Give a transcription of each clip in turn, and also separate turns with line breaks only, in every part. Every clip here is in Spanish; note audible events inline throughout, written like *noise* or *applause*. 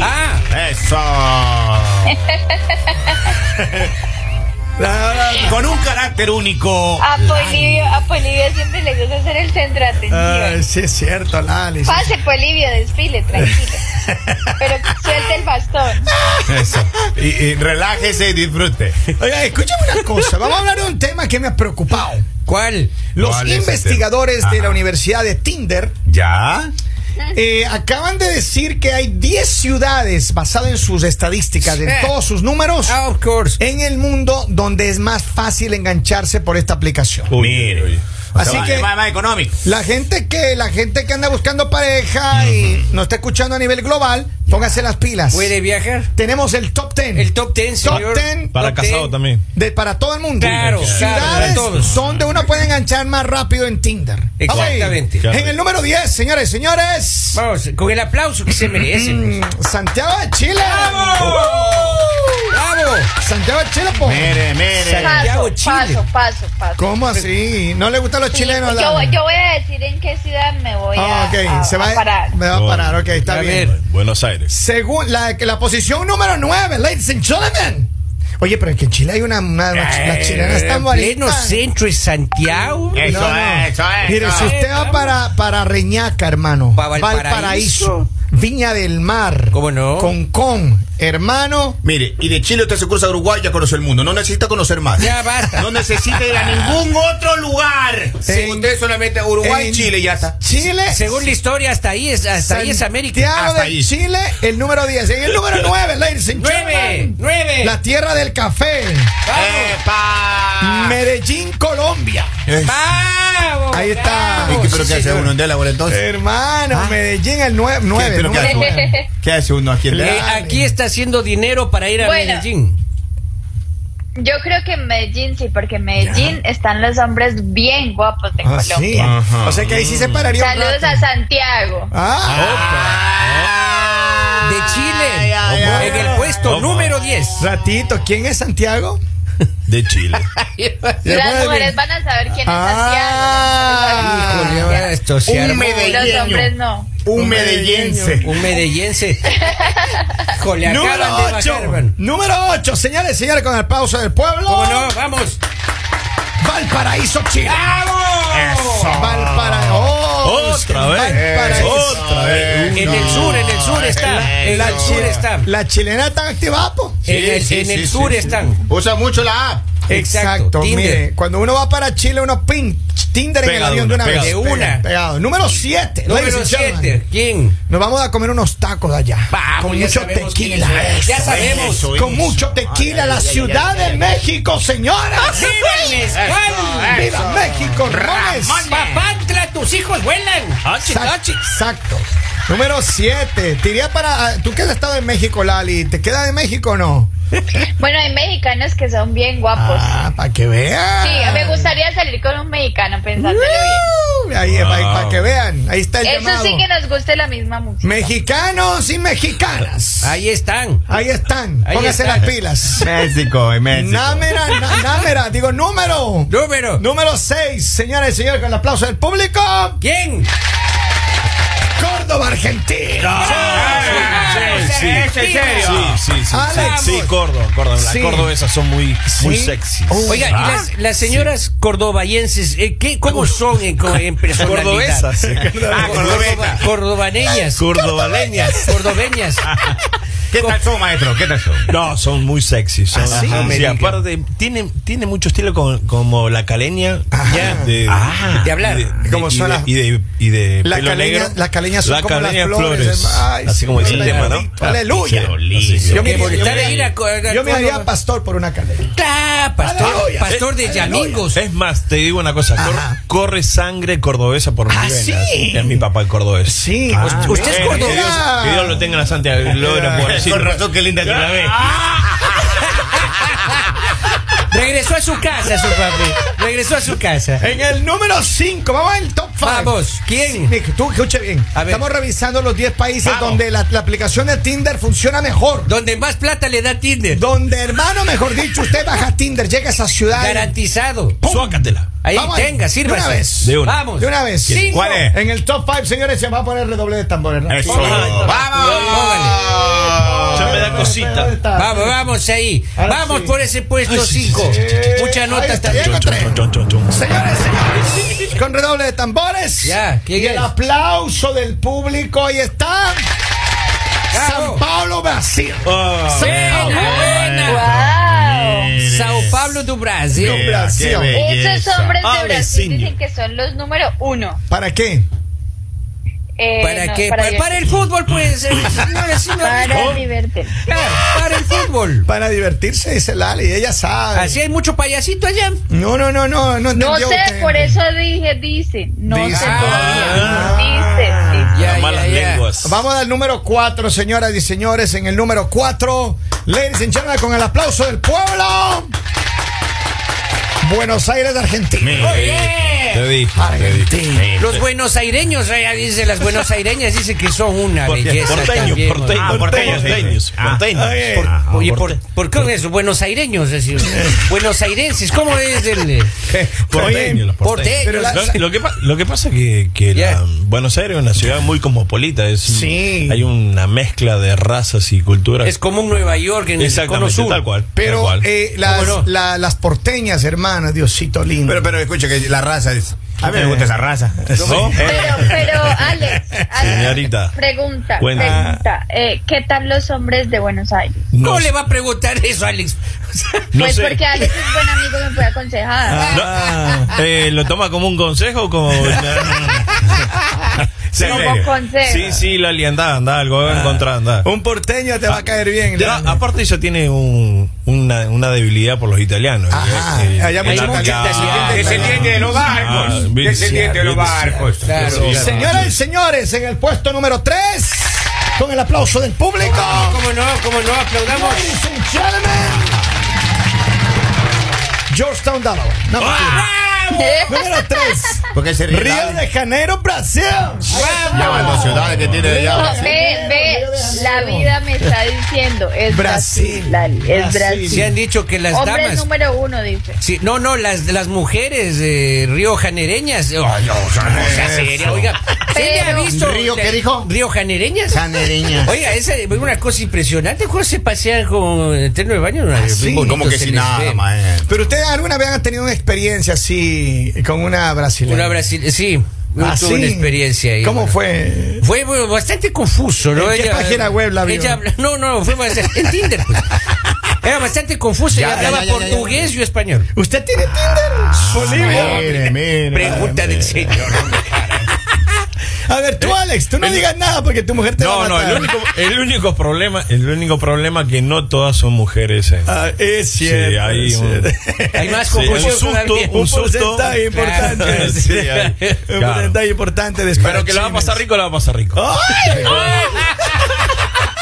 Ah.
Ah,
*laughs* Con un carácter único.
A Polivio, a Polivio ah, pues siempre le gusta ser el centro de atención.
Ay, Ah, sí, es cierto, Lali. sí.
Pase, Polivio, desfile,
*laughs*
tranquilo. Pero suelte el bastón.
Eso. Y, y relájese y disfrute.
Oiga, escúchame una cosa. Vamos a hablar de un tema que me ha preocupado.
¿Cuál?
Los
¿Cuál es ese
investigadores
tema?
de la
Ajá.
Universidad de Tinder
¿Ya?
eh, acaban de decir que hay 10 ciudades, basado en sus estadísticas, en
Eh.
todos sus números,
Ah, of course.
en el mundo donde es más fácil engancharse por esta aplicación.
Mire.
Así
Así
que-
que. Más, más económico.
La gente que la gente que anda buscando pareja y nos está escuchando a nivel global, póngase las pilas.
¿Puede viajar?
Tenemos el top 10.
El top 10,
Top
señor.
10
Para
Top
casado
10.
también.
de para todo el mundo.
Claro,
Ciudades
claro, para todos.
donde uno puede enganchar más rápido en Tinder. Vamos ahí.
Exactamente.
En el número 10, señores, señores.
Vamos, con el aplauso que se merece. pues.
Santiago de Chile.
¡Bravo!
Santiago de Chile, po.
Mire, mire.
Paso,
Santiago, Chile.
paso, paso, paso.
¿Cómo así? ¿No le gustan los
Sí,
chilenos?
yo,
Dani?
yo voy a decir en qué ciudad me voy
Ah,
a,
ok,
a-
se va
a parar.
Me va a
Bueno.
parar, ok, está
A
bien.
ver.
Buenos Aires.
Según la, la posición número 9, ladies and gentlemen. Oye, pero es que en Chile hay una. una, una chi- las chilenas
Eh,
están
pleno
bonitas.
centro de Santiago.
Eso
No, no.
es, eso es.
Mire,
eso
si
es.
usted va para, para Reñaca, hermano,
Pa' Valparaíso.
Valparaíso, Viña del Mar,
¿Cómo no?
Concón, hermano,
Mire, y de Chile usted se cruza a Uruguay ya conoció el mundo. No necesita conocer más.
Ya basta.
No necesita ir a ningún otro lugar.
En-
usted solamente a Uruguay,
en-
Chile y ya está.
Chile.
Según la historia, hasta ahí es, hasta ahí es América.
Eh, Santiago
Hasta
de
ahí.
Chile, el número 10. En el número 9, ladies and
¡Nueve!
gentlemen,
¡Nueve!
la tierra del café,
Ah.
¡Epa!
Medellín, Colombia.
¡Vamos!
Ahí está.
¿Y
¡Bravo!
qué- pero
Sí,
qué hace
señor.
uno en Delaware entonces?
Hermano,
Ah.
Medellín, el 9.
¿Qué, pero qué, hace uno? ¿Qué hace uno aquí en
Eh,
Delaware?
aquí está haciendo dinero para ir a
Bueno.
Medellín.
Yo creo que en Medellín sí, porque en Medellín están los hombres bien guapos de
Ah, sí.
Colombia.
Ajá.
O sea que ahí sí se pararía un
Saludos
rato.
a Santiago.
Ah,
Ah,
De Chile.
ay, ay,
Opa.
ay.
en el puesto
Opa.
número 10.
ratito. ¿Quién es Santiago?
De Chile.
Y las
puede-
mujeres van a saber quién es
Ah,
Santiago. Las mujeres van a saber
esto se
Un
armó.
quién es.
Medellín.
Los hombres no.
Un medellense.
Un medellense. Hijo, le
Número
acaban de
8.
bajar, man.
Número 8. Señores, señores, con el pausa del pueblo.
¿Cómo no? ¡Vamos!
Valparaíso, Chile.
¡Vamos!
Valparaíso. Oh,
Otra vez.
Valparaíso.
Otra vez.
En el sur, en el sur está. En el sur está.
La chilena está activada, po.
En el,
sí,
en
sí,
el
sí,
sur
sí.
están.
Usa mucho la app.
Exacto. Tinder.
Mire, cuando uno va para Chile, uno pin Tinder en el
Pegado
avión de una
una,
vez.
pegado. De una.
Pegado. Número 7.
Número 7. ¿Quién?
Nos vamos a comer unos tacos de allá.
Vamos,
con
ya
mucho
sabemos
tequila.
quién es. Ya
Eso,
sabemos.
eso, Con
eso.
mucho tequila, la Ciudad de México, señoras.
¡Viva el mezcal!
¡Viva México, Ramones!
¡Papantla, tus hijos vuelan!
Exacto, Exacto. Número 7. Te iría para. ah, ¿Tú qué has estado en México, Lali? ¿Te queda de México o no?
Bueno, hay mexicanos que son bien guapos.
Ah, para que vean.
pues Sí, me gustaría salir con un mexicano pensándolo bien.
Uh, Ahí para,
Wow.
que vean. Ahí está el
Eso
llamado.
sí que nos guste la misma música.
Mexicanos y mexicanas.
Ahí
Ahí,
están.
están.
Ahí
Pónganse
están.
las pilas.
México, en
Námera, na- námera, digo número.
Número.
Número 6, señores y señores, con el aplauso del público.
¿Quién?
Córdoba, Argentina.
sí, sí.
Eso es serio.
Sí, sí, sí.
Alex.
Sí, Córdoba, Córdoba. Las
Sí.
cordobesas son muy, muy
Sí.
sexy.
Uh,
Oiga, y las, las señoras cordobayenses, eh, ¿qué, ¿cómo son en, co- en personalidad?
Cordobesas.
Ah, cordobesa.
Cordobaneñas.
Cordobaleñas.
Cordobeñas.
¿Qué tal son, maestro? ¿Qué tal son?
No, son muy sexy. Son,
sí?
Ajá, Ah, sí,
América.
aparte, tiene, tiene mucho estilo con- como la caleña. Ya, de,
Ah.
De hablar.
Como
y
son
de-
las-
Y de, y de
La
pelo
caleña-
negro.
la caleña son
La
como las
caleña
flores,
flores.
hermano. Ay,
así como
sí,
dice el tema, ¿no? Ah,
delgadito. Aleluya.
Qué lindo.
Yo me-
Qué bonita
me-
de ir a co- a-
Yo me haría
Córdoba.
pastor por una cadena.
Ah, pastor,
Aleluya. Eh,
pastor de
Aleluya.
Yamingos.
Es más, te digo una cosa, cor-
Ajá.
corre sangre cordobesa por mis
¿Ah,
venas.
sí?
Es mi papá el cordobés.
Sí. pues,
Ah,
¿Usted es
mira,
cordobés?
Que Dios, que Dios lo tenga en la Santa
*laughs*
Gloria, pobrecito.
Con razón, qué linda que la ve.
Regresó a su casa, su papi. Regresó a su casa.
En el número 5, vamos al top 5.
Vamos, ¿quién?
Mick, tú escuche bien.
A ver.
Estamos revisando los 10 países
Vamos.
donde la, la aplicación de Tinder funciona mejor.
Donde más plata le da Tinder.
Donde, hermano, mejor dicho, usted baja Tinder, llega a esa ciudad.
Garantizado.
Suácatela.
Ahí
Vamos ahí.
tenga,
De
sirva.
una vez.
De una.
Vamos.
De una vez.
Cinco.
¿Cuál es?
En el top 5, señores, se va a poner redoble de tambores. ¿no?
Eso.
Póngale.
¡Vamos!
Póngale.
Ya me da cosita.
Vamos, vamos ahí.
Ahora
vamos
sí.
por ese puesto 5. Muchas
ahí
notas
está,
también.
ya
Chon, chon, chon, chon, chon.
Señores, señores, con redoble de tambores.
Ya, ¿quién
y el
es?
aplauso del público. Ahí está.
Bravo.
San Paulo, Brasil.
Ah,
San
Buena,
Paulo,
buena.
¡Wow!
Sao Paulo do Brasil.
Mira,
Brasil.
qué belleza.
Esos hombres
Ah,
de Brasil
vecino.
dicen que son los número uno.
¿Para qué?
Eh,
¿Para
no,
qué? Pa-
Para,
Para,
divertir.
el fútbol, pues. eh, señores, señores.
Para divertirte.
Claro, para el fútbol.
Para divertirse, dice Lali. Ella sabe.
Así hay mucho payasito allá.
No, no, no, no. No,
No sé,
entendió usted.
por eso dije, dice. No
Dice.
sé todavía.
Ah.
Dice, dice.
Ya,
malas
ya, ya.
lenguas.
Vamos al número 4, señoras y señores. En el número 4, ladies and gentlemen, con el aplauso del pueblo. Buenos Aires, Argentina.
Mira, Te dije. te dije.
Argentina.
Los buenosaireños, eh, dice las buenosaireñas, dice que son una
Porque-
belleza.
Porteños,
también,
porteños,
¿no? Ah,
porteños, porteños, porteños. Por-
Oye, ¿por, ¿por qué eso? Buenosaireños, es decir, buenosairenses, ¿cómo es el...?
*laughs*
eh?
Porteños, los porteños.
Porteños.
Lo, lo que, pa- lo que pasa es que, que la-
Yeah.
Buenos Aires es una ciudad muy cosmopolita. Es,
Sí.
Hay una mezcla de razas y culturas.
Es como un Nueva York en el Cono
Exactamente,
Sur.
tal cual. tal
Pero
cual.
eh, las,
¿Cómo no?
la- las porteñas, hermanas, Diosito lindo.
Pero, pero escucha que la raza es. A mí me gusta esa raza. Oh,
¿No? Eh,
Pero, pero, Alex, Alex,
Señorita.
pregunta,
Cuenta.
pregunta, eh, ¿qué tal los hombres de Buenos Aires?
No
¿Cómo
sé.
le va a preguntar eso, Alex?
No
pues
sé.
porque Alex es buen amigo, me puede aconsejar.
Ah, eh, ¿Lo toma como un consejo o como.? Sí,
Como
serio.
consejo.
Sí, sí, Lali, anda, anda, algo va a encontrar, anda.
un porteño
Ah,
te va a caer bien.
Ya,
Lali.
aparte ella tiene un- una, una debilidad por los italianos.
Ajá,
Eh, eh,
allá
el
mucho
italiano.
italiano.
Descendiente de los
Ah,
barcos.
bien,
Descendiente de los
bien,
barcos.
Claro.
Señoras y señores, en el puesto número 3, con el aplauso del público.
Ah, ¿Cómo no? ¿Cómo no? Aplaudamos.
Ladies and gentlemen, Georgetown, Delaware. No, Número 3.
Porque ese
Río de Janeiro, Brasil.
Llaman las ciudades que tiene
No,
ya.
ve, ve, la vida me está diciendo, es
Brasil,
Brasil, Lali, es
Brasil.
Brasil.
Se han dicho que las
Hombre
damas...
número uno, dice.
Sí, no, no, las, las mujeres eh, riojanereñas. Oh, no, son cosas serias, oiga. ¿Usted
Pero-
ha visto?
¿Río qué dijo?
Riojanereñas.
Janereñas.
Oiga, esa es una cosa impresionante. ¿Cómo se pasean con el terno de baño?
sí,
Bonito
Ah, Como que
se
sin
les
nada,
ve.
maestro.
Pero ustedes alguna vez han tenido una experiencia así con una brasileña.
Una Brasil, sí,
¿Ah,
tuve una
sí?
experiencia ahí.
¿Cómo
bueno.
fue?
Fue bueno, bastante confuso, ¿no?
¿En qué página web la vio?
ella habla- no, no, fue bastante, en Tinder. pues. Era bastante confuso,
Ya,
ella
ya,
hablaba
ya, ya, ya.
portugués y español.
¿Usted tiene
Ah,
Tinder? Bolivia.
Mire, mire.
Pregunta del señor.
A ver, tú, Alex, tú no digas nada porque tu mujer te va
Eh, No,
a
no,
matar.
el único, el único problema, el único problema que no todas son mujeres. eh.
Ah, es
Sí,
cierto.
hay
es
un-
cierto.
Hay más
Sí,
confusión
un susto,
todavía.
un susto.
porcentaje importante.
Claro, sí, hay.
Un
Claro.
porcentaje importante de
Pero que la va a pasar rico, la va a pasar rico.
¡Ay!
*laughs*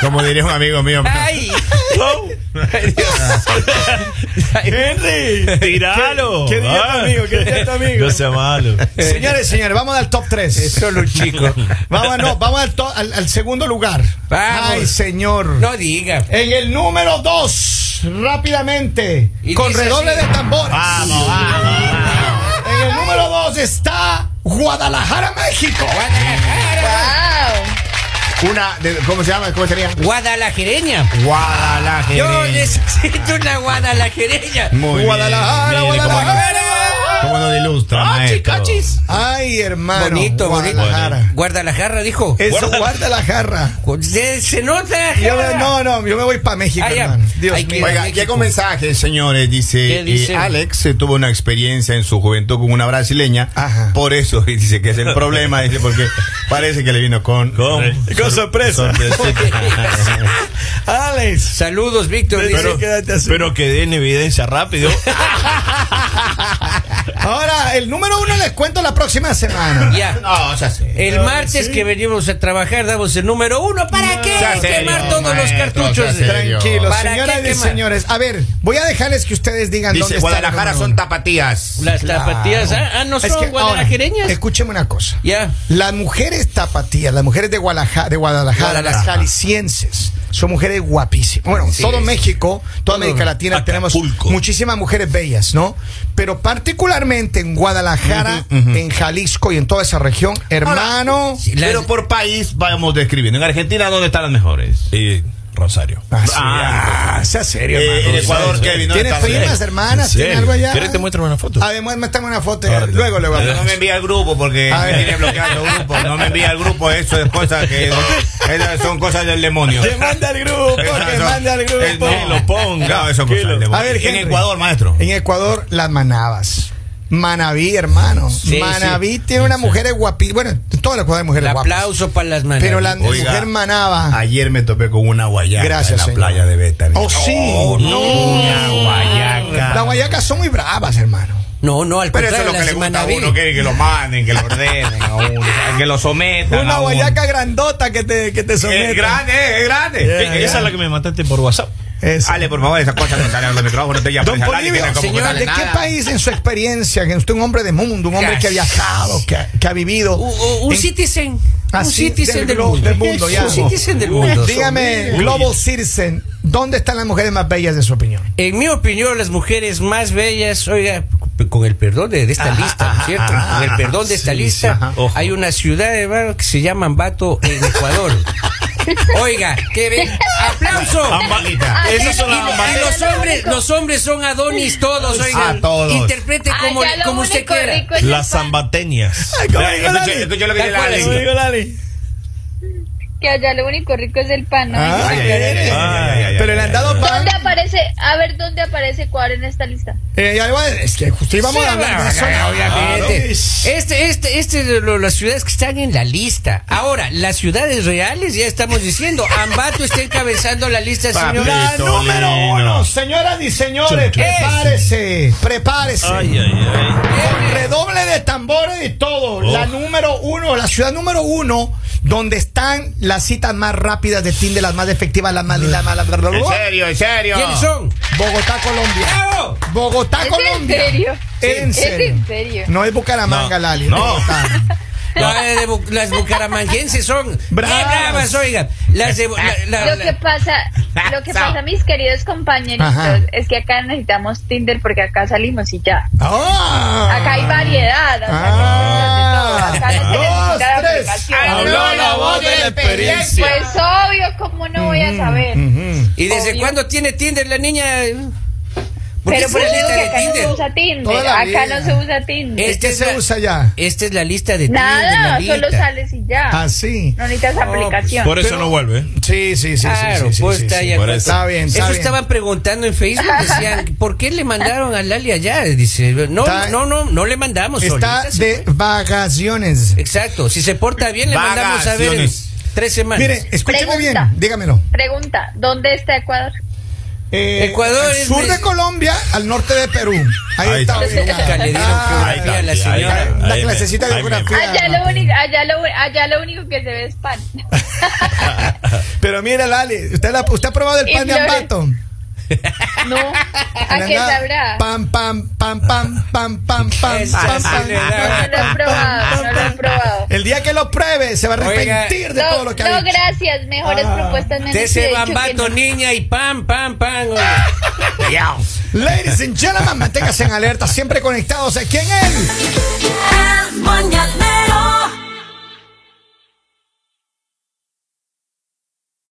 Como diría un amigo mío.
Ay,
Oh,
ay, Dios.
Henry, tíralo.
qué diga tu
Ah.
amigo, qué diga tu amigo.
*laughs* No sea malo.
Señores, señores, vamos al top 3.
Es solo un chico.
*laughs* Vamos, no, vamos al, to- al- al segundo lugar.
Vamos.
Ay, señor.
No diga.
En el número 2, rápidamente,
Y
con
dice
redoble
así.
de tambores. En el número 2 está Guadalajara, México.
Guadalajara.
Wow.
Una, de- ¿cómo se llama? ¿Cómo sería?
Guadalajereña.
Guadalajara.
Yo necesito una guadalajereña.
Muy bien.
Guadalajara,
Mire cómo-
Guadalajara.
¿Cómo nos ilustra, maestro?
Ay, hermano.
Bonito, bonito.
Guadalajara.
Guadalajara dijo.
Eso, Guadalajara.
Se, se nota.
Yo me- no, no, yo me voy para México,
Ah, ya.
hermano. Dios
Hay que-
mío.
Oiga,
México.
llega un mensaje, señores. Dice,
¿Qué dice?
eh, Alex eh, tuvo una experiencia en su juventud con una brasileña.
Ajá.
Por eso *laughs* y dice que es el problema. Dice, porque parece que le vino con.
Con-
Con sorpresa.
*laughs*
Alex.
Saludos, Víctor. dice.
*laughs* Pero,
quédate así.
pero que den
*laughs*
evidencia rápido.
Ahora, el número uno les cuento la próxima semana.
ya.
No, ya sé.
El martes que venimos a trabajar damos el número uno. ¿Para qué
sea serio,
quemar todos
maestro,
los
sea
cartuchos?
serio.
Tranquilos,
¿Para
señoras
qué
y
quemar?
señores. A ver, voy a dejarles que ustedes digan dónde está
Dice,
el
Guadalajara
número
son
uno.
tapatías.
Las
Claro.
tapatías. Ah, ah, no
Es
son
que ahora,
guadalajereñas.
Escúcheme una cosa.
ya.
Las mujeres tapatías, las mujeres de Guadalajara, de Guadalajara, las
Guadalajara.
jaliscienses, son mujeres guapísimas. Bueno,
Así
todo
es.
México, toda
Todo
América Latina tenemos
Acapulco.
muchísimas mujeres bellas, ¿no? Pero particularmente en Guadalajara, en Jalisco y en toda esa región, hermano.
Sí, las-
Pero por país vamos describiendo. En Argentina, ¿dónde están las mejores?
Y Rosario.
Ah, sí,
Ah.
ah, sea serio,
Eh,
hermano.
en Ecuador,
sí,
Kevin, ¿dónde
¿Tienes
están?
primas, hermanas?
¿En
¿Tienes
serio?
algo allá?
¿Quieres que te muestre una foto?
Además, muéstrame una foto.
Ahora te-
Luego, luego.
Pero no me envía al grupo porque
A ver.
me
*laughs*
tiene bloqueado el grupo. No me envía al grupo, eso es cosa que. esas son cosas del demonio.
Que manda al grupo,
Esas
que
son-
manda al
eh,
grupo.
no,
lo ponga.
No, eso es
Que
cosa
lo-
del demonio.
A ver,
en
Henry.
Ecuador, maestro.
En Ecuador, las manabas. Manabí, hermano.
Sí,
Manabí
sí.
tiene unas mujeres guapísimas. Bueno, en toda la Ecuador hay
el
mujeres guapas.
aplauso para las manos.
Pero la
Oiga. Ah,
mujer manaba.
Ayer me topé con una guayaca
Gracias,
en la
señor.
playa de Beta.
Oh, sí.
Una guayaca.
Las guayacas son muy bravas, hermano.
No, no, al
Pero eso es
contrario,
lo que le
las
gusta a
Manaví.
uno, quiere que lo manden, que lo ordenen a uno, que lo sometan
Una
a uno.
guayaca grandota que te, que te somete.
Es grande, es grande.
Eh, Esa es la que me mataste por WhatsApp.
Eso.
Ale, por favor, esa cosa no sale en los micrófonos. Te llamas
Don
Ale, que
Polivio,
no es como que
señor,
sale
¿de qué
nada.
país en su experiencia, que usted es un hombre de mundo, un hombre que ha viajado, que ha, que ha vivido?
Uh,
Un- un- un
en-
citizen. Un
Así,
citizen
Ah, del
del
glo-
mundo.
del mundo, ya.
Un citizen del mundo.
Dígame, Global Citizen, ¿dónde están las mujeres más bellas de su opinión?
En mi opinión, las mujeres más bellas, oiga, con el perdón de, de esta lista, ¿no es cierto? con el perdón de esta
sí,
lista,
sí, ajá, ojo.
hay una ciudad hermano, que se llama Ambato en
*laughs*
Ecuador. oiga, que ve, aplauso.
Ambalita.
Ah,
Esas son
Y,
las
lo- y
ambatas.
los hombres, los hombres son Adonis todos, oiga.
Ah, todos.
Interprete como,
Allá lo
como usted
único
quiera.
rico es el
Las
pan,
zambateñas.
Escucha escucha lo que dice la
¿Cuál es?
Ale.
Que allá lo único rico es el pan, ¿no?
Ah,
Ay, ay, ay, ay, ay, ay, ay,
Pero le han dado pan.
¿Dónde aparece? A ver, ¿dónde aparece Ecuador en esta lista?
Eh, ya le voy a- es que justo íbamos a hablar de eso.
Obviamente. Este, este, este es de lo- las ciudades que están en la lista. Ahora, las ciudades reales, ya estamos diciendo, Ambato está encabezando la lista, señor.
La
Listo,
número
lindo.
uno, señoras y señores,
Chun, chun.
prepárese, prepárese.
Ay, ay, ay.
Con redoble de tambores y todo. La número uno, la ciudad número uno, donde están las citas más rápidas de Tinder, las más efectivas, las más. las más- las- las- las-
En serio, en serio.
¿Quiénes son?
Bogotá, Colombia.
¡Bravo!
Bogotá,
¿Es en
Colombia.
serio?
En
¿Es
serio.
en serio?
No es Bucaramanga,
No,
Lali. es
no. *laughs*
Bogotá.
No, eh, de bu- las bucaramanguenses son
Bravas.
bravas, bravas oigan. Las de, bu- la- la-
Lo
la-
que pasa, lo
*laughs*
que pasa, mis queridos compañeritos,
Ajá.
es que acá necesitamos Tinder porque acá salimos y ya.
Ah.
Acá hay variedad. o sea,
Ah.
tenemos de todo. Acá no tenemos
Dos,
que dar
tres.
aplicación.
Habló la voz de la experiencia.
Pues obvio, ¿cómo no voy a saber?
¿Y desde
obvio.
cuándo tiene Tinder la niña? ¿Por qué
Pero
es
por
la
eso digo
lista
que
de
acá no
Tinder?
se usa
Toda
Tinder.
la
Acá
vida.
no se usa Tinder.
Es
¿Qué se
Esta-
usa ya?
Esta es la lista de
Nada,
Tinder.
solo
Lalita.
sales y ya.
Así.
No necesitas
No, pues,
aplicación.
Por eso
Ah, Pero-
no vuelve.
Sí, sí, sí, sí.
Claro,
sí, sí,
pues
sí,
está
sí.
ya.
Por
Está bien, está
Eso
bien.
estaban preguntando en Facebook,
*laughs*
decían, ¿por qué le mandaron a Lali allá? Dice, no,
Está-
no, no, no le mandamos.
Está
solita se
de vacaciones.
fue. Exacto, si se porta bien le mandamos a ver en
Vacaciones.
tres semanas.
Mire, escúcheme bien,
Pregunta.
dígamelo.
Pregunta, ¿dónde está Ecuador?
Eh,
Ecuador
al
es
sur
de-
de Colombia, al norte de Perú. Ahí,
Ahí
está.
está.
Nunca le dieron
Ah,
geografía a la señora.
ahí,
La
ahí
clasecita
me-
de
ahí me-
geografía.
Allá Ah, lo, único, allá, lo, allá lo único que se ve es
*laughs*
pan. *laughs*
Pero mira, Lali, usted, la- usted ha probado el
Y
pan de
flores.
ambato.
No, ¿a qué Ah, sabrá?
Pam, pam, pam, pam, pam, pam, pam,
Esa
pam,
sí
pam.
le
No, no lo he probado, no lo he probado.
El día que lo pruebe, se va a arrepentir de
No,
todo lo que ha
no,
dicho. Ah.
gracias, mejores propuestas me han
De
hecho,
ese
de hecho que
bambato,
no.
niña, y pam, pam, pam. oye.
Ladies and gentlemen, manténgase en alerta, siempre conectados aquí en el.
El mañanero